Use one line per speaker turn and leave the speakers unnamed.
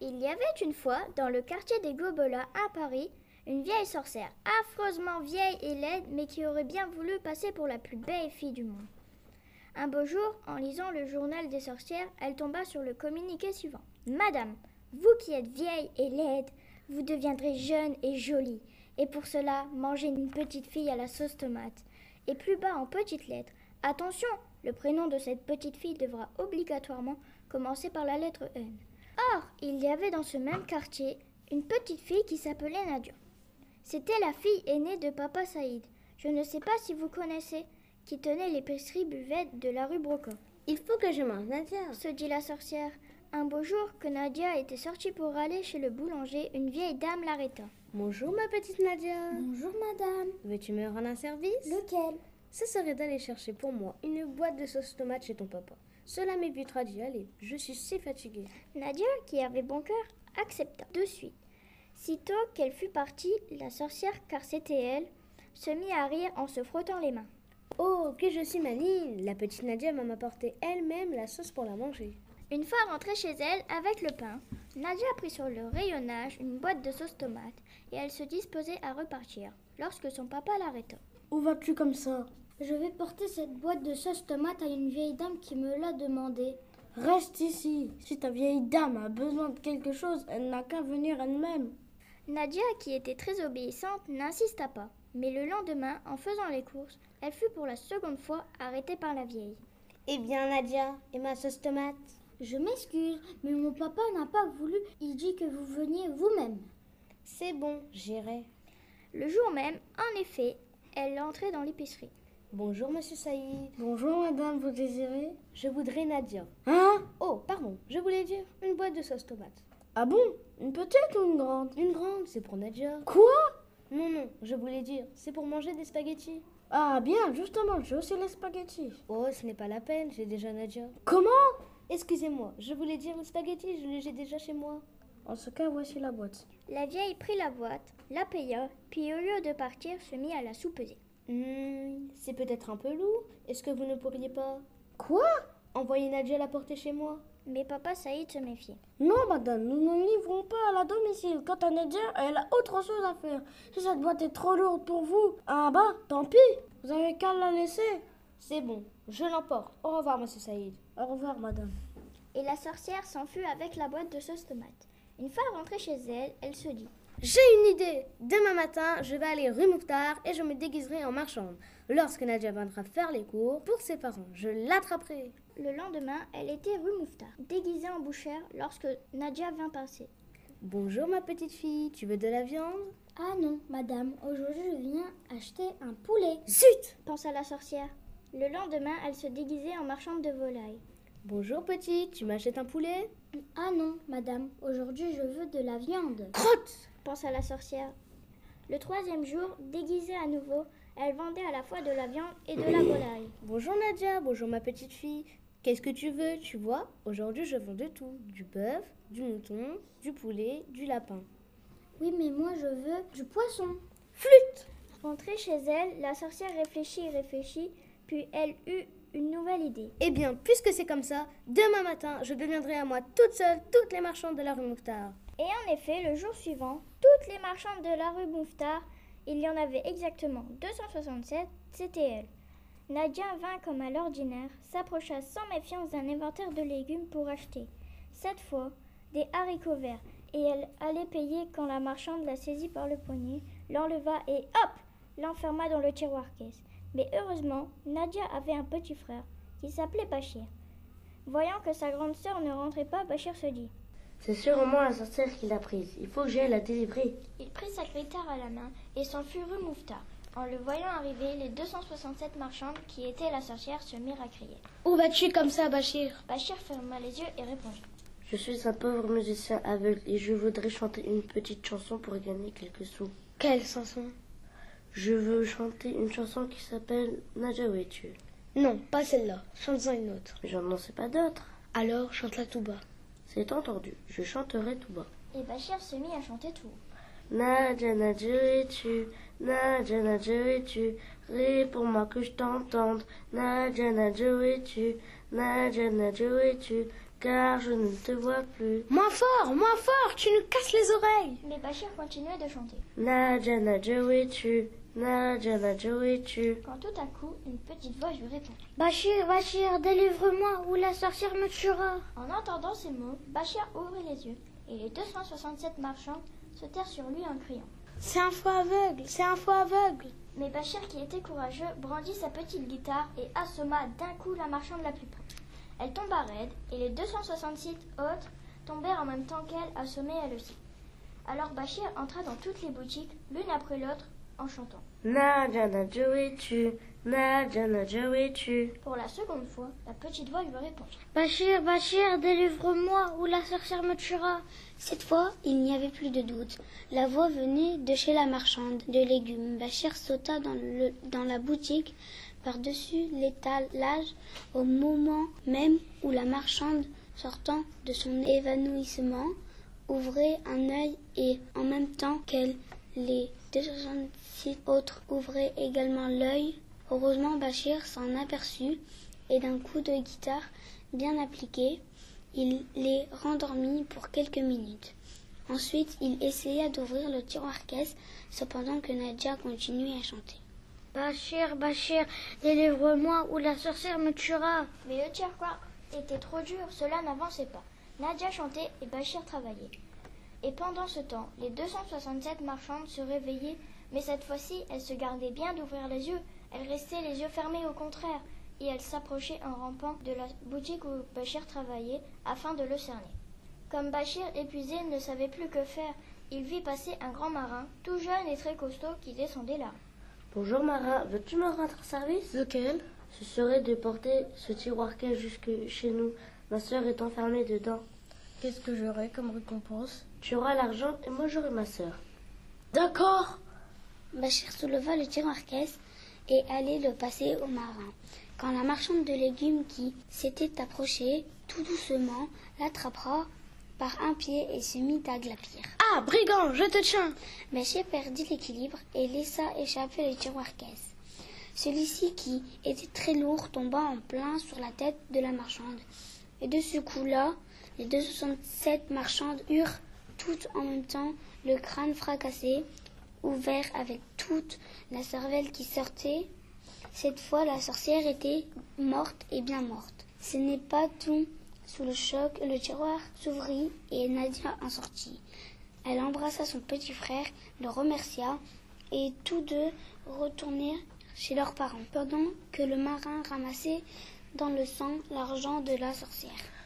Il y avait une fois, dans le quartier des Gobelins à Paris, une vieille sorcière, affreusement vieille et laide, mais qui aurait bien voulu passer pour la plus belle fille du monde. Un beau jour, en lisant le journal des sorcières, elle tomba sur le communiqué suivant. Madame, vous qui êtes vieille et laide, vous deviendrez jeune et jolie, et pour cela, mangez une petite fille à la sauce tomate. Et plus bas en petites lettres, attention, le prénom de cette petite fille devra obligatoirement commencer par la lettre N. Or, il y avait dans ce même quartier une petite fille qui s'appelait Nadia. C'était la fille aînée de Papa Saïd. Je ne sais pas si vous connaissez, qui tenait l'épicerie buvette de la rue Broca.
Il faut que je mange, Nadia.
Se dit la sorcière. Un beau jour que Nadia était sortie pour aller chez le boulanger, une vieille dame l'arrêta.
Bonjour, ma petite Nadia.
Bonjour madame.
Veux-tu me rendre un service
Lequel
Ce serait d'aller chercher pour moi une boîte de sauce tomate chez ton papa. Cela m'évitera d'y aller. Je suis si fatiguée.
Nadia, qui avait bon cœur, accepta de suite. Sitôt qu'elle fut partie, la sorcière, car c'était elle, se mit à rire en se frottant les mains.
Oh, que je suis maligne La petite Nadia m'a apporté elle-même la sauce pour la manger.
Une fois rentrée chez elle avec le pain, Nadia prit sur le rayonnage une boîte de sauce tomate et elle se disposait à repartir lorsque son papa l'arrêta.
Où vas-tu comme ça
Je vais porter cette boîte de sauce tomate à une vieille dame qui me l'a demandé.
Reste ici. Si ta vieille dame a besoin de quelque chose, elle n'a qu'à venir elle-même.
Nadia, qui était très obéissante, n'insista pas. Mais le lendemain, en faisant les courses, elle fut pour la seconde fois arrêtée par la vieille.
Eh bien, Nadia, et ma sauce tomate
Je m'excuse, mais mon papa n'a pas voulu. Il dit que vous veniez vous-même.
C'est bon, j'irai.
Le jour même, en effet, elle entrait dans l'épicerie.
Bonjour, monsieur Saïd.
Bonjour madame, vous désirez
Je voudrais Nadia.
Hein
Oh, pardon, je voulais dire une boîte de sauce tomate.
Ah bon Une petite ou une grande
Une grande, c'est pour Nadia.
Quoi
Non, non, je voulais dire, c'est pour manger des spaghettis.
Ah bien, justement, j'ai aussi les spaghettis.
Oh, ce n'est pas la peine, j'ai déjà Nadia.
Comment
Excusez-moi, je voulais dire une spaghetti, je les j'ai déjà chez moi.
En ce cas, voici la boîte.
La vieille prit la boîte, la paya, puis au lieu de partir, se mit à la soupeser.
Hmm, c'est peut-être un peu lourd. Est-ce que vous ne pourriez pas
Quoi
envoyer Nadia la porter chez moi
Mais papa Saïd se méfiait.
Non madame, nous ne livrons pas à la domicile. Quant à Nadia, elle a autre chose à faire. Si cette boîte est trop lourde pour vous, ah bah, tant pis. Vous avez qu'à la laisser.
C'est bon, je l'emporte. Au revoir, monsieur Saïd.
Au revoir madame.
Et la sorcière s'enfuit avec la boîte de sauce tomate. Une fois rentrée chez elle, elle se dit
J'ai une idée. Demain matin, je vais aller rue Mouffetard et je me déguiserai en marchande. Lorsque Nadia viendra faire les cours pour ses parents, je l'attraperai.
Le lendemain, elle était rue Mouffetard, déguisée en bouchère lorsque Nadia vint passer.
Bonjour, ma petite fille. Tu veux de la viande
Ah non, madame, aujourd'hui je viens acheter un poulet.
Zut
Pensa la sorcière. Le lendemain, elle se déguisait en marchande de volailles.
Bonjour, petite. Tu m'achètes un poulet
Ah non, madame, aujourd'hui je veux de la viande.
Crotte
Pensa la sorcière. Le troisième jour, déguisée à nouveau, elle vendait à la fois de la viande et de la volaille.
Bonjour Nadia, bonjour ma petite fille. Qu'est-ce que tu veux Tu vois, aujourd'hui je vends de tout. Du bœuf, du mouton, du poulet, du lapin.
Oui, mais moi je veux du poisson.
Flûte
Rentrée chez elle, la sorcière réfléchit et réfléchit, puis elle eut une nouvelle idée.
Eh bien, puisque c'est comme ça, demain matin, je deviendrai à moi toute seule toutes les marchandes de la rue Mouffetard.
Et en effet, le jour suivant, toutes les marchandes de la rue Mouffetard, il y en avait exactement 267, c'était elle. Nadia vint comme à l'ordinaire, s'approcha sans méfiance d'un inventaire de légumes pour acheter, cette fois, des haricots verts, et elle allait payer quand la marchande la saisit par le poignet, l'enleva et hop l'enferma dans le tiroir caisse. Mais heureusement, Nadia avait un petit frère, qui s'appelait Bachir. Voyant que sa grande sœur ne rentrait pas, Bachir se dit
C'est sûrement la sorcière qui l'a prise. Il faut que j'aille la délivrer.
Il prit sa critère à la main et s'enfuit rue Mouffetard. En le voyant arriver, les 267 marchandes qui étaient la sorcière se mirent à crier.
Où vas-tu comme ça, Bachir
Bachir ferma les yeux et répondit.
Je suis un pauvre musicien aveugle et je voudrais chanter une petite chanson pour gagner quelques sous.
Quelle chanson
Je veux chanter une chanson qui s'appelle Nadia où es-tu
Non, pas celle-là. Chante-en une autre.
J'en n'en sais pas d'autres.
Alors, chante-la tout bas.
C'est entendu. Je chanterai tout bas.
Et Bachir se mit à chanter tout. haut.
Nadia, Nadia où es-tu Nadia, Nadia où es-tu Réponds-moi que je t'entende. Nadia, Nadia où es-tu Nadia, Nadia où es-tu car je ne te vois plus.
Moins fort, moins fort, tu nous casses les oreilles.
Mais Bachir continuait de chanter,
Nadja, Nadja, où es-tu Nadja, Nadja, où es-tu
quand tout à coup, une petite voix lui répond.
Bachir, Bachir, délivre-moi ou la sorcière me tuera.
En entendant ces mots, Bachir ouvrit les yeux et les 267 marchands se terrent sur lui en criant.
C'est un faux aveugle, c'est un faux aveugle.
Mais Bachir, qui était courageux, brandit sa petite guitare et assomma d'un coup la marchande la plus près. Elle tomba raide et les 266 autres tombèrent en même temps qu'elle, assommée elle aussi. Alors Bachir entra dans toutes les boutiques, l'une après l'autre, en chantant.
Nadja, Nadja, où es-tu Nadja, Nadja, où es-tu
Pour la seconde fois, la petite voix lui répondit.
Bachir, Bachir, délivre-moi ou la sorcière me tuera. Cette fois, il n'y avait plus de doute. La voix venait de chez la marchande de légumes. Bachir sauta dans, le, dans la boutique par-dessus l'étalage au moment même où la marchande, sortant de son évanouissement, ouvrait un œil et en même temps qu'elle, les 266 autres ouvraient également l'œil. Heureusement, Bachir s'en aperçut et d'un coup de guitare bien appliqué, il les rendormit pour quelques minutes. Ensuite, il essaya d'ouvrir le tiroir-caisse, cependant que Nadia continuait à chanter.
Bachir, Bachir, délivre-moi ou la sorcière me tuera. Mais le tiroir était trop dur, cela n'avançait pas. Nadia chantait et Bachir travaillait. Et pendant ce temps, les 267 marchandes se réveillaient, mais cette fois-ci, elles se gardaient bien d'ouvrir les yeux. Elles restaient les yeux fermés au contraire, et elles s'approchaient en rampant de la boutique où Bachir travaillait afin de le cerner. Comme Bachir, épuisé, ne savait plus que faire, il vit passer un grand marin, tout jeune et très costaud, qui descendait la rue.
Bonjour Mara, veux-tu me rendre service
Lequel
Ce serait de porter ce tiroir-caisse jusque chez nous. Ma sœur est enfermée dedans.
Qu'est-ce que j'aurai comme récompense
Tu auras l'argent et moi j'aurai ma sœur.
D'accord
Bachir souleva le tiroir-caisse et allait le passer au marin. Quand la marchande de légumes qui s'était approchée tout doucement l'attrapa par un pied et se mit à glapir.
Ah, brigand, je te tiens.
Bachir perdit l'équilibre et laissa échapper le tiroir-caisse. Celui-ci, qui était très lourd, tomba en plein sur la tête de la marchande. Et de ce coup-là, les 267 marchandes eurent toutes en même temps le crâne fracassé, ouvert avec toute la cervelle qui sortait. Cette fois, la sorcière était morte et bien morte. Ce n'est pas tout. Sous le choc, le tiroir s'ouvrit et Nadia en sortit. Elle embrassa son petit frère, le remercia et tous deux retournèrent chez leurs parents, pendant que le marin ramassait dans le sang l'argent de la sorcière.